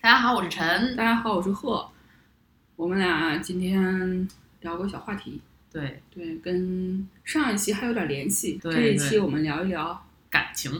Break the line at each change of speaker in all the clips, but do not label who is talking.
大家好，我是陈。
大家好，我是贺，我们俩今天聊个小话题，
对
对，跟上一期还有点联系。
对
这一期
对
我们聊一聊，
感情，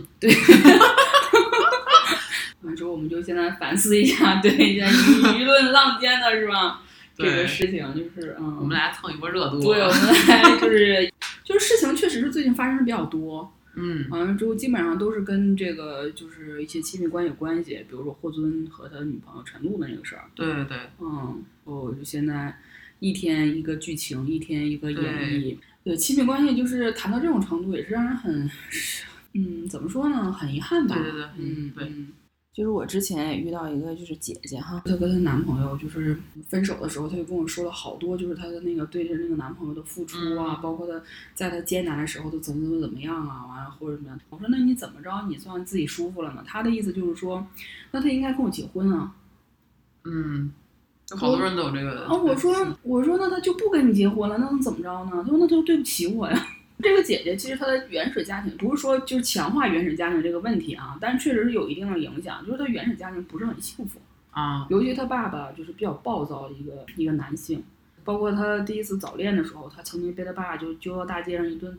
完之后我们就现在反思一下，对，现在舆舆论浪尖的是吧？这
对
个事情就是，嗯，
我们来蹭一波热度。啊
对，我们 来就是就是事情确实是最近发生的比较多，
嗯，
完了之后基本上都是跟这个就是一些亲密关系有关系，比如说霍尊和他女朋友陈露的那个事儿，
对对对，
嗯，我就现在一天一个剧情，一天一个演
对
绎。对，亲密关系就是谈到这种程度，也是让人很，嗯，怎么说呢，很遗憾吧。
对对对嗯
嗯，
对
嗯就是我之前也遇到一个就是姐姐哈，她跟她男朋友就是分手的时候，她就跟我说了好多，就是她的那个对着那个男朋友的付出啊，
嗯
包括她在她艰难的时候都怎么怎么怎么样啊，完了或者怎么样。我说那你怎么着你算自己舒服了呢？她的意思就是说，那她应该跟我结婚啊。
嗯，就好多人都有这个。嗯
啊，我说我说那他就不跟你结婚了，那能怎么着呢？他说那就对不起我呀。 这个姐姐其实她的原始家庭不是说就是强化原始家庭这个问题啊，但是确实是有一定的影响，就是她原始家庭不是很幸福，
啊，
尤其她爸爸就是比较暴躁的一个一个男性，包括她第一次早恋的时候，她曾经被她爸就揪到大街上一顿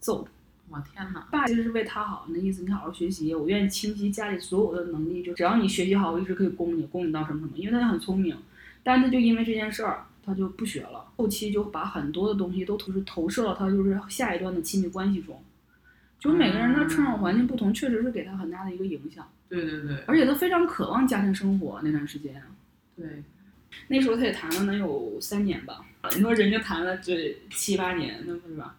揍，
我天哪，
爸其实是为他好，那意思你好好学习，我愿意倾其家里所有的能力，就只要你学习好，我一直可以供你，供你到什么什么，因为他很聪明，但是他就因为这件事儿，他就不学了，后期就把很多的东西都投是投射到他就是下一段的亲密关系中，就是每个人的成长环境不同，确实是给他很大的一个影响，
对对对
而且他非常渴望家庭生活那段时间，啊
对，
那时候他也谈了能有三年吧，你说人家谈了这七八年，那不是吧？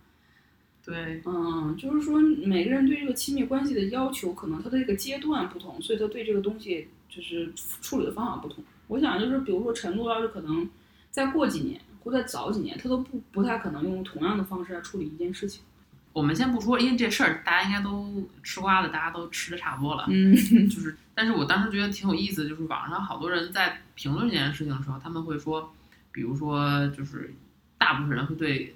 对
嗯，就是说每个人对这个亲密关系的要求，可能他的这个阶段不同，所以他对这个东西就是处理的方法不同。我想就是，比如说陈露要是可能再过几年或再早几年，他都不不太可能用同样的方式来处理一件事情。
我们先不说，因为这事儿大家应该都吃瓜的，大家都吃的差不多了。
嗯，
就是，但是我当时觉得挺有意思，就是网上好多人在评论这件事情的时候，他们会说，比如说，就是大部分人会对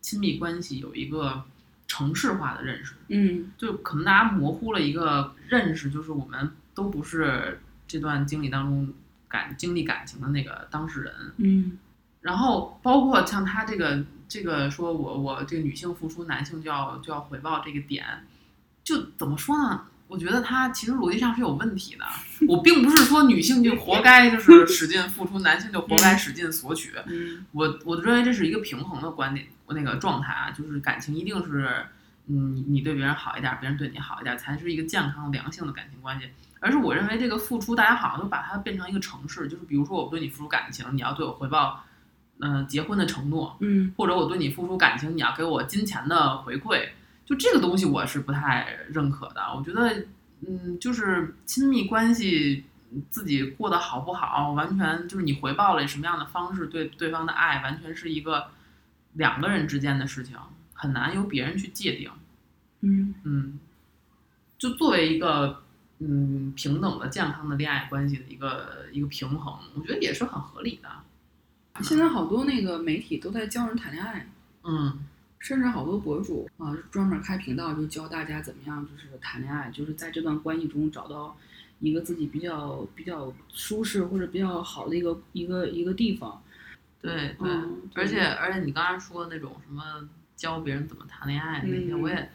亲密关系有一个程式化的认识，
嗯，
就可能大家模糊了一个认识，就是我们都不是这段经历当中感经历感情的那个当事人。
嗯，
然后包括像他这个这个说我我这个女性付出，男性就要就要回报这个点，就怎么说呢？我觉得他其实逻辑上是有问题的。我并不是说女性就活该就是 使劲付出，男性就活该使劲索取。
嗯，
我我认为这是一个平衡的观点，那个状态啊，就是感情一定是，嗯，你你对别人好一点，别人对你好一点，才是一个健康良性的感情关系。而是我认为这个付出，大家好像都把它变成一个程式，就是比如说我对你付出感情，你要对我回报，嗯、结婚的承诺，
嗯，
或者我对你付出感情，你要给我金钱的回馈，就这个东西我是不太认可的。我觉得，嗯，就是亲密关系自己过得好不好，完全就是你回报了什么样的方式对对方的爱，完全是一个两个人之间的事情，很难由别人去界定。
嗯，
嗯，就作为一个嗯平等的、健康的恋爱关系的一个一个平衡，我觉得也是很合理的。
现在好多那个媒体都在教人谈恋爱，
嗯，
甚至好多博主啊，专门开频道就教大家怎么样，就是谈恋爱，就是在这段关系中找到一个自己比较比较舒适或者比较好的一个一个一个地方。
对对。
嗯，
而且而且你刚才说的那种什么教别人怎么谈恋爱那些，
嗯
我也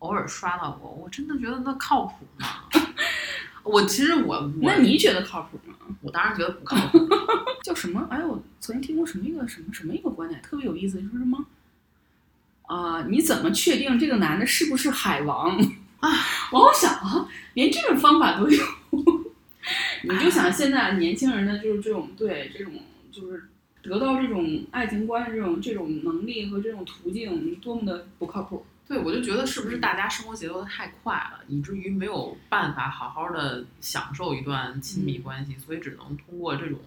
偶尔刷到过，我真的觉得那靠谱吗？ 我其实我我
那你觉得靠谱吗？
我当然觉得不靠 谱，
叫什么？哎，我曾经听过什么一个什么什么一个观点，特别有意思，说什么啊、你怎么确定这个男的是不是海王 啊？我好想啊，连这种方法都有。 你就想现在年轻人的就是这种对这种就是得到这种爱情观的这种这种能力和这种途径，多么的不靠谱。
对我就觉得是不是大家生活节奏太快了，以至于没有办法好好的享受一段亲
嗯
密关系，所以只能通过这种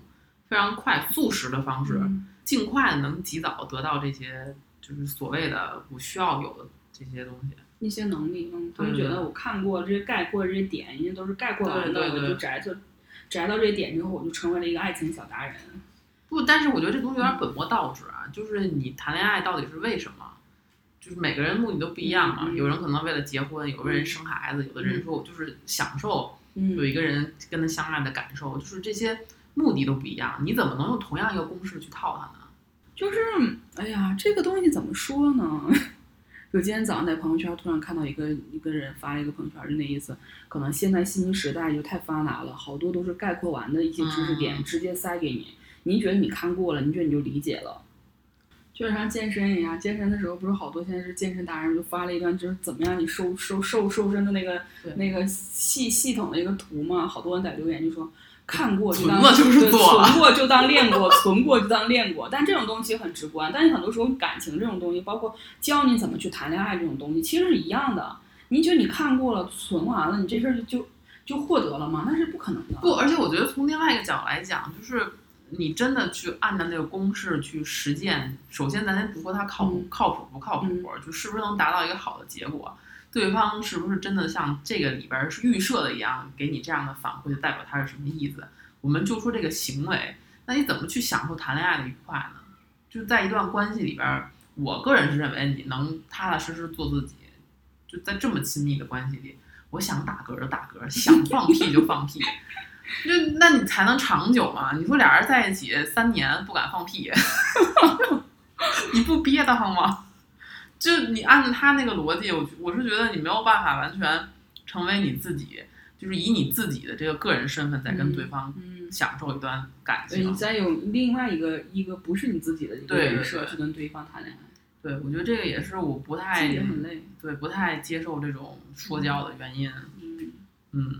非常快速食的方
嗯
式，尽快地能及早得到这些就是所谓的我需要有的这些东西。
一些能力，嗯，他们
对
觉得我看过这些概括这些点，人家都是概括完的，
对对对
我就摘就摘到这些点之后，我就成为了一个爱情小达人。
不，但是我觉得这东西有点本末倒置啊，就是你谈恋爱到底是为什么？就是每个人目的都不一样嘛，
嗯嗯
有人可能为了结婚，有的人生孩子，有的人说我就是享受
嗯
有一个人跟他相爱的感受，就是这些目的都不一样，你怎么能用同样一个公式去套它呢？
就是，哎呀，这个东西怎么说呢？ 我今天早上在朋友圈突然看到一个一个人发了一个朋友圈，就那意思，可能现在信息时代就太发达了，好多都是概括完的一些知识点、
嗯
直接塞给你，你觉得你看过了，你觉得你就理解了。就像健身一样，健身的时候不是好多现在是健身达人就发了一段就是怎么样你瘦瘦瘦瘦身的那个
对
那个系系统的一个图嘛，好多人在留言就说看过就
存
当
过就是
对
做
存过就当练过，存过就当练过。但这种东西很直观，但是很多时候感情这种东西，包括教你怎么去谈恋爱这种东西，其实是一样的。你觉得你看过了，存完了，你这事儿就就就获得了吗？那是不可能的。
不，，而且我觉得从另外一个角度来讲，就是你真的去按照那个公式去实践，首先咱先不说它靠谱、
嗯
靠谱不靠谱，就是不是能达到一个好的结果，对方是不是真的像这个里边儿是预设的一样，给你这样的反馈，就代表他是什么意思？我们就说这个行为，那你怎么去享受谈恋爱的愉快呢？就是在一段关系里边儿，我个人是认为你能踏踏实实做自己，就在这么亲密的关系里，我想打嗝就打嗝，想放屁就放屁，就那你才能长久嘛。你说俩人在一起三年不敢放屁， 你不憋得慌吗？就你按照他那个逻辑，我我是觉得你没有办法完全成为你自己，就是以你自己的这个个人身份在跟对方
嗯，
享受一段感
对
情。
你再有另外一个一个不是你自己的一个
对
人
对
设
对
去跟对方谈恋爱，
对，我觉得这个也是我不太
这也很累。
对不太接受这种说教的原因。
嗯。
嗯，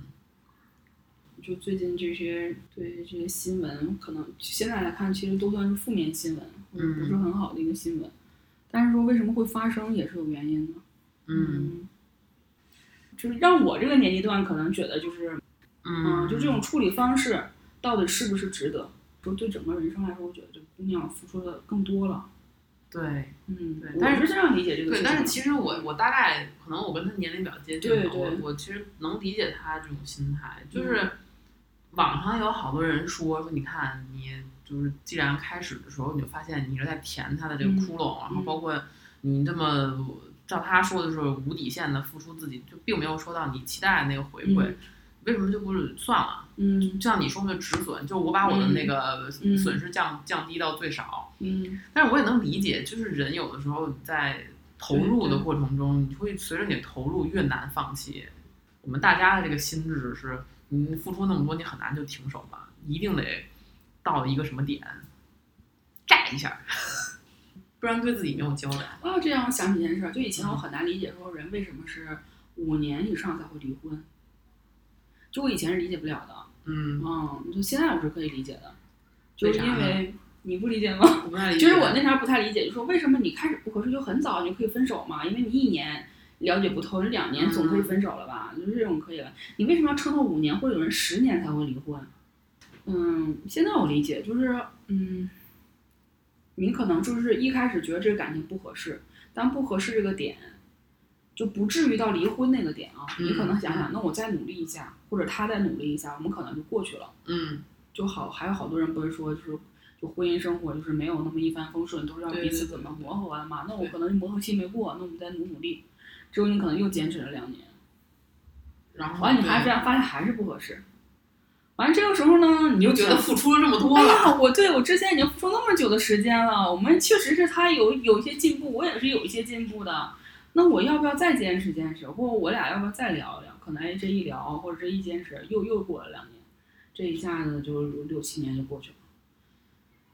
就最近这些对这些新闻，可能现在来看，其实都算是负面新闻，或者不是很好的一个新闻。但是说为什么会发生，也是有原因的。
嗯，
就是让我这个年龄段可能觉得就是，
嗯
嗯，就这种处理方式到底是不是值得？说对整个人生来说，我觉得这个姑娘付出的更多了。
对
嗯
对，
我
但是
是这样理解这个
对，
事情的。
但是其实我我大概可能我跟他年龄比较接近
对嗯
嘛，我
对
我其实能理解他这种心态，就是网上有好多人说说，你看你就是既然开始的时候你就发现你是在填他的这个
嗯
窟窿，然后包括你这么照他说的是无底线的付出自己，就并没有收到你期待的那个回馈，为什么就不是算了？
嗯
就像你说的止损，就我把我的那个
嗯
损失降、降低到最少。
嗯
但是我也能理解，就是人有的时候在投入的过程中，你会随着你投入越难放弃。我们大家的这个心智是，你付出那么多，你很难就停手吧，一定得到一个什么点，炸一下， 不然对自己没有交代。
啊，这让我想起一件事，儿，就以
嗯
前我很难理解说人为什么是五年以上才会离婚，就我以前是理解不了的。
嗯，
嗯，就现在我是可以理解的，就
为
是
啥
因
呢
为你不理解吗？
我不太理解。
就是我那啥不太理解，就说为什么你开始不合适就很早你就可以分手嘛？因为你一年了解不透，你两年总可以分手了吧？就是这种可以了。你为什么要撑到五年，或者有人十年才会离婚？嗯，现在我理解就是，嗯，你可能就是一开始觉得这个感情不合适，但不合适这个点。就不至于到离婚那个点啊，你可能想想，那我再努力一下，或者他再努力一下，我们可能就过去了。
嗯，
就好，还有好多人不是说就是就婚姻生活就是没有那么一帆风顺，都是要
对
彼
对
此
对
怎么
对
磨合完嘛。那我
对
可能磨合期没过，那我们再努努力。之后你可能又坚持了两年，
然后
完了你还是这样，发现还是不合适。完了这个时候呢，你
你
就
就觉得
想
付出了这么多
哎
了，
呀，我对我之前已经付出那么久的时间了，我们确实是他有有一些进步，我也是有一些进步的。那我要不要再坚持坚持？或者我俩要不要再聊一聊？可能哎这一聊，或者这一坚持，又又过了两年，这一下子就六七年就过去了。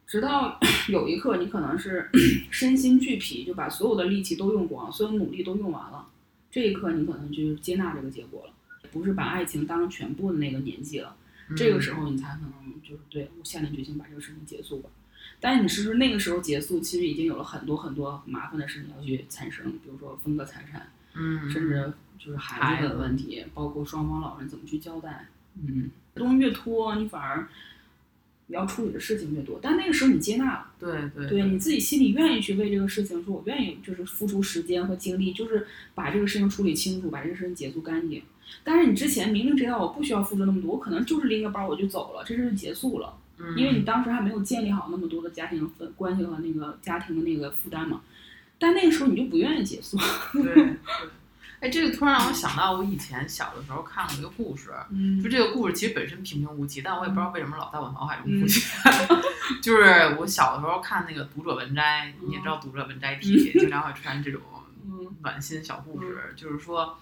直到 有一刻，你可能是 身心俱疲，就把所有的力气都用光，所有努力都用完了。这一刻，你可能就接纳这个结果了，不是把爱情当全部的那个年纪了。
嗯
这个时候你才可能就是对我下定决心把这个事情结束吧。但是你是不是那个时候结束，其实已经有了很多很多麻烦的事情要去产生，比如说分割财产，
嗯，嗯，
甚至就是孩子的问题，包括双方老人怎么去交代。嗯，东西越拖，你反而你要处理的事情越多。但那个时候你接纳了，
对对
对你自己心里愿意去为这个事情说，我愿意就是付出时间和精力，就是把这个事情处理清楚，把这个事情结束干净。但是你之前明明知道我不需要付出那么多，我可能就是拎个包我就走了，这事儿就结束了，
嗯
因为你当时还没有建立好那么多的家庭分关系和 那个家庭的那个负担嘛。但那个时候你就不愿意结束，
对，对，哎，这个突然让我想到，我以前小的时候看过一个故事，
嗯
就这个故事其实本身平平无奇，但我也不知道为什么老在我脑海中浮
嗯
现。 就是我小的时候看那个《读者文摘》，你也知道《读者文摘》体经常会出现这种
嗯
暖心小故事，就是说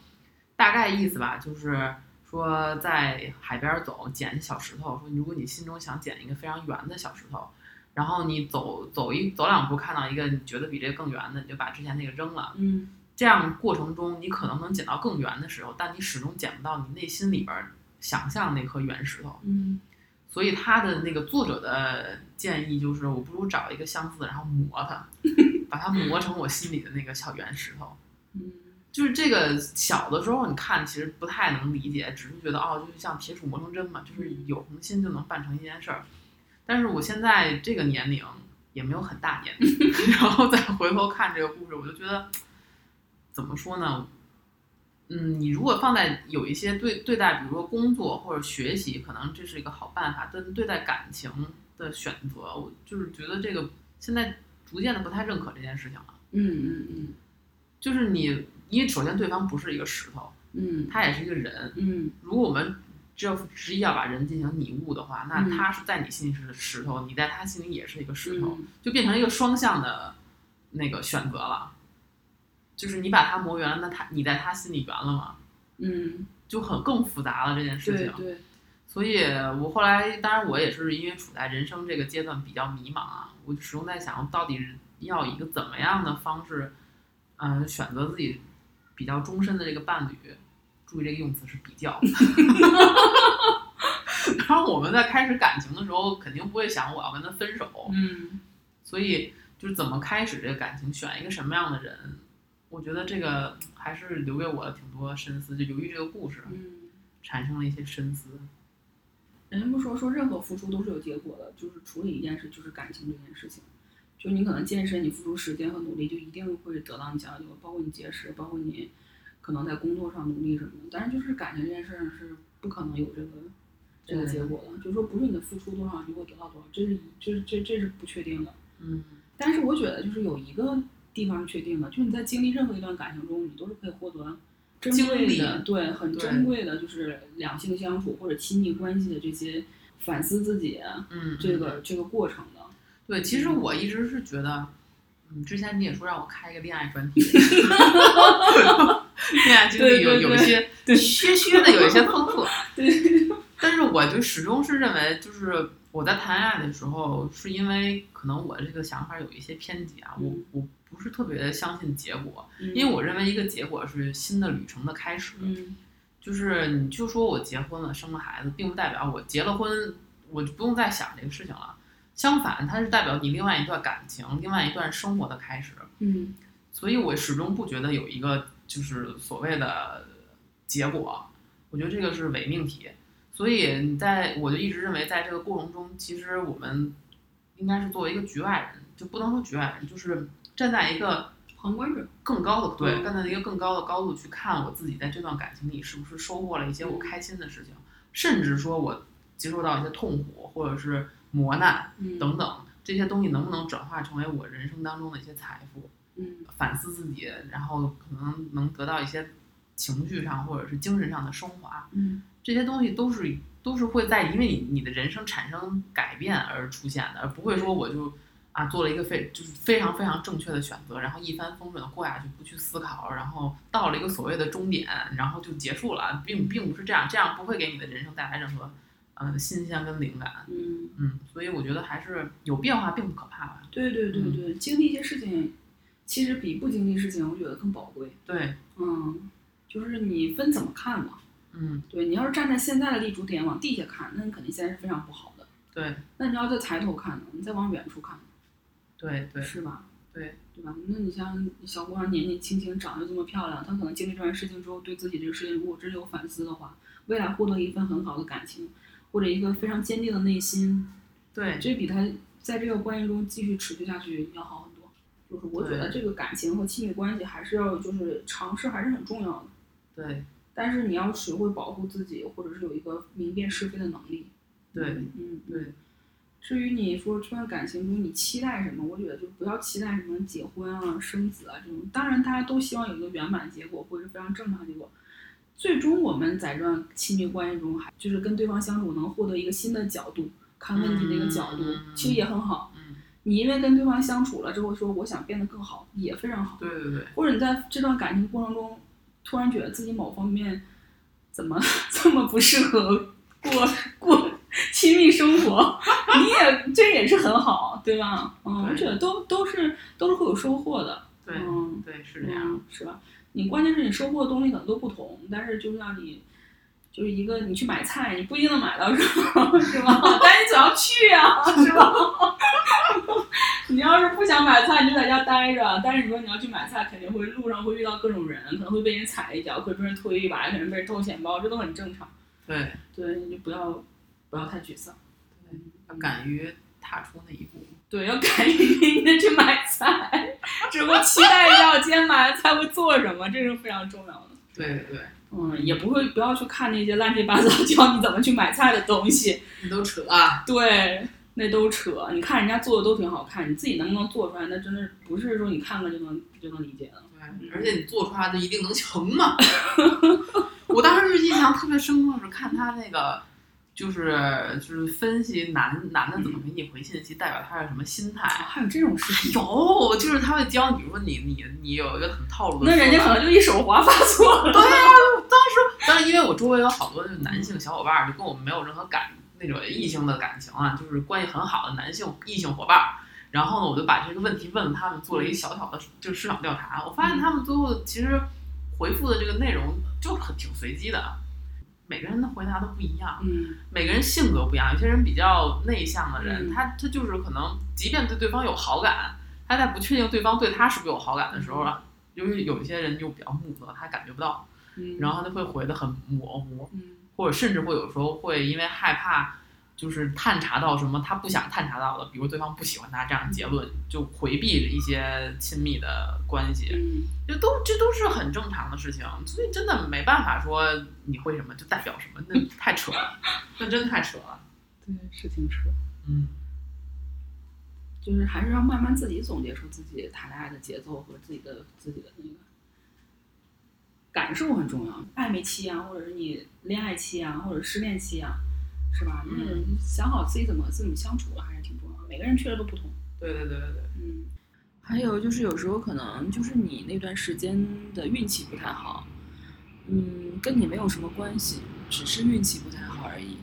大概意思吧，就是说在海边走捡小石头，说如果你心中想捡一个非常圆的小石头，然后你走走一走两步看到一个你觉得比这个更圆的，你就把之前那个扔了。
嗯
这样过程中，你可能能捡到更圆的石头，但你始终捡不到你内心里边儿想象那颗圆石头。
嗯
所以他的那个作者的建议就是，我不如找一个相似的，然后磨它， 把它磨成我心里的那个小圆石头。
嗯
就是这个小的时候，你看其实不太能理解，只是觉得哦，就是像铁杵磨成针嘛，就是有恒心就能办成一件事儿。但是我现在这个年龄也没有很大年龄， 然后再回头看这个故事，我就觉得怎么说呢？嗯，你如果放在有一些对对待，比如说工作或者学习，可能这是一个好办法。但对待感情的选择，我就是觉得这个现在逐渐的不太认可这件事情了。
嗯嗯
就是你，因为首先对方不是一个石头，
嗯
他也是一个人。
嗯
如果我们只要执意要把人进行拟物的话，那
嗯
他是在你心里是石头，你在他心里也是一个石头，
嗯
就变成一个双向的那个选择了。就是你把它磨圆了，那他你在他心里圆了嘛，
嗯，
就很更复杂了这件事
对
情。
对，
所以我后来，当然我也是因为处在人生这个阶段比较迷茫啊，我就始终在想，到底要一个怎么样的方式，嗯、选择自己比较终身的这个伴侣。注意这个用词是比较。 然后我们在开始感情的时候，肯定不会想我要跟他分手，
嗯
所以就是怎么开始这个感情，选一个什么样的人，我觉得这个还是留给我挺多深思。就由于这个故事，
嗯。
产生了一些深思。
人家不说说任何付出都是有结果的，就是处理一件事就是感情这件事情，就你可能健身，你付出时间和努力，就一定会得到你想要的结果，包括你节食，包括你可能在工作上努力什么的。但是就是感情这件事儿是不可能有这个这个
对
结果的，就是说不是你的付出多少，你会得到多少，这是一这是这这是不确定的。
嗯。
但是我觉得就是有一个地方是确定的，就是你在经历任何一段感情中，你都是可以获得珍贵
经
的
历，
对，很珍贵的，就是两性相处或者亲密关系的这些反思自己
嗯，
这
嗯
个这个过程的。
对，其实
嗯
我一直是觉得，嗯，之前你也说让我开一个恋爱专 题，恋爱经历
对
有
对
有一些
对
缺缺的，有一些丰富，
对，
但是我就始终是认为，就是我在谈恋爱的时候，是因为可能我这个想法有一些偏激啊，我
嗯
我不是特别相信结果，因
因
为我认为一个结果是新的旅程的开始，
嗯
就是你就说我结婚了，生了孩子，并不代表我结了婚，我就不用再想这个事情了。相反，它是代表你另外一段感情、另外一段生活的开始。
嗯
所以我始终不觉得有一个就是所谓的结果，我觉得这个是伪命题。所以你在我就一直认为，在这个过程中，其实我们应该是作为一个局外人，就不能说局外人，就是站在一个
旁观者，
更高的对，
嗯
站在一个更高的高度去看我自己在这段感情里是不是收获了一些我开心的事情，甚至说我接受到一些痛苦或者是磨难
嗯
等等这些东西，能不能转化成为我人生当中的一些财富？
嗯
反思自己，然后可能能得到一些情绪上或者是精神上的升华，
嗯
这些东西都是都是会在因为你你的人生产生改变而出现的，而不会说我就啊做了一个非就是非常非常正确的选择，然后一帆风顺的过下去，不去思考，然后到了一个所谓的终点，然后就结束了，并并不是这样，这样不会给你的人生带来任何嗯、呃新鲜跟灵感，
嗯，
嗯，所以我觉得还是有变化并不可怕吧，
对对对对，经历一些事情，其实比不经历事情，我觉得更宝贵。
对，
嗯，就是你分怎么看嘛。
嗯
对你要是站在现在的立足点往地下看，那你肯定现在是非常不好的。
对
那你要再抬头看呢，你再往远处看，
对对
是吧？
对
对吧？那你像小姑娘年纪轻轻长得这么漂亮，她可能经历这段事情之后，对自己这个事情如果真有反思的话，未来获得一份很好的感情，或者一个非常坚定的内心，
对，
这比她在这个关系中继续持续下去要好很多。就是我觉得这个感情和亲密关系还是要就是尝试还是很重要的，
对
但是你要学会保护自己，或者是有一个明辨是非的能力。
对。
嗯，
对，
至于你说这段感情中你期待什么，我觉得就不要期待什么结婚啊、生子啊这种。当然，大家都希望有一个圆满结果或者是非常正常的结果。最终，我们在这段亲密关系中，还就是跟对方相处能获得一个新的角度看问题的一个角度，
嗯
其实也很好。
嗯，
你因为跟对方相处了之后，说我想变得更好，也非常好。
对对对，
或者你在这段感情过程中，突然觉得自己某方面怎么 这么不适合过过亲密生活，你也这也是很好，对吧？嗯，
对
我觉得都都是都是会有收获的，
对、
嗯
对是这样。
嗯，是吧？你关键是你收获的东西可能都不同，但是就像你。就是一个你去买菜，你不一定能买到肉，是吧？ 但你总要去啊， 是吧？你要是不想买菜，你就在家待着。但是你说你要去买菜，肯定会路上会遇到各种人，可能会被人踩一脚，会被人推一把，可能被人偷钱包，这都很正常。
对，
对，你就不要不要太沮丧。
要敢于踏出那一步。
对，要敢于的去买菜，只不过期待一下我今天买的菜会做什么，这是非常重要的。
对对对，
嗯，也不会不要去看那些乱七八糟教你怎么去买菜的东西，
你都扯啊！
对，那都扯。你看人家做的都挺好看，你自己能不能做出来，那真的不是说你看看就能就能理解的。
对，而且你做出来就一定能成嘛。 我当时印象特别深刻是看他那个，就是就是分析男男的怎么给你回信息，代表他是什么心态。
还有这种事情？
有，就是他会教你，比如说你你你有一个很套路的
那
说法，
人家可能就一手滑发错了。
对啊呀、 当时，但是因为我周围有好多就是男性小伙伴儿，就跟我们没有任何感那种异性的感情啊，就是关系很好的男性异性伙伴儿。然后呢，我就把这个问题问了他们，做了一小小的就是市场调查。我发现他们最后其实回复的这个内容就很挺随机的，啊每个人的回答都不一样，
嗯，
每个人性格不一样。有些人比较内向的人，
嗯
他他就是可能，即便对对方有好感，他在不确定对方对他是不是有好感的时候啊，由于有一些人就比较木讷，他感觉不到。
嗯
然后他就会回的很模糊，
嗯
或者甚至会有时候会因为害怕，就是探查到什么他不想探查到的，比如对方不喜欢他这样的结论，就回避一些亲密的关系，
嗯，
就都这都是很正常的事情，所以真的没办法说你会什么就代表什么，那太扯了，那真的太扯了，
对，是挺扯。
嗯，
就是还是要慢慢自己总结出自己谈恋爱的节奏和自己的自己的那个感受很重要。暧昧期啊，或者是你恋爱期啊，或者失恋期啊，是吧？
嗯
你得想好自己怎么自己相处啊还是挺重要的。每个人确实都不同。
对对对对对，
嗯，还有就是有时候可能就是你那段时间的运气不太好，嗯，跟你没有什么关系，只是运气不太好而已。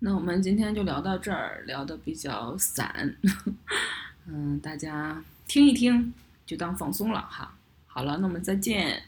那我们今天就聊到这儿，聊的比较散， 嗯，大家听一听就当放松了哈。好了，那我们再见。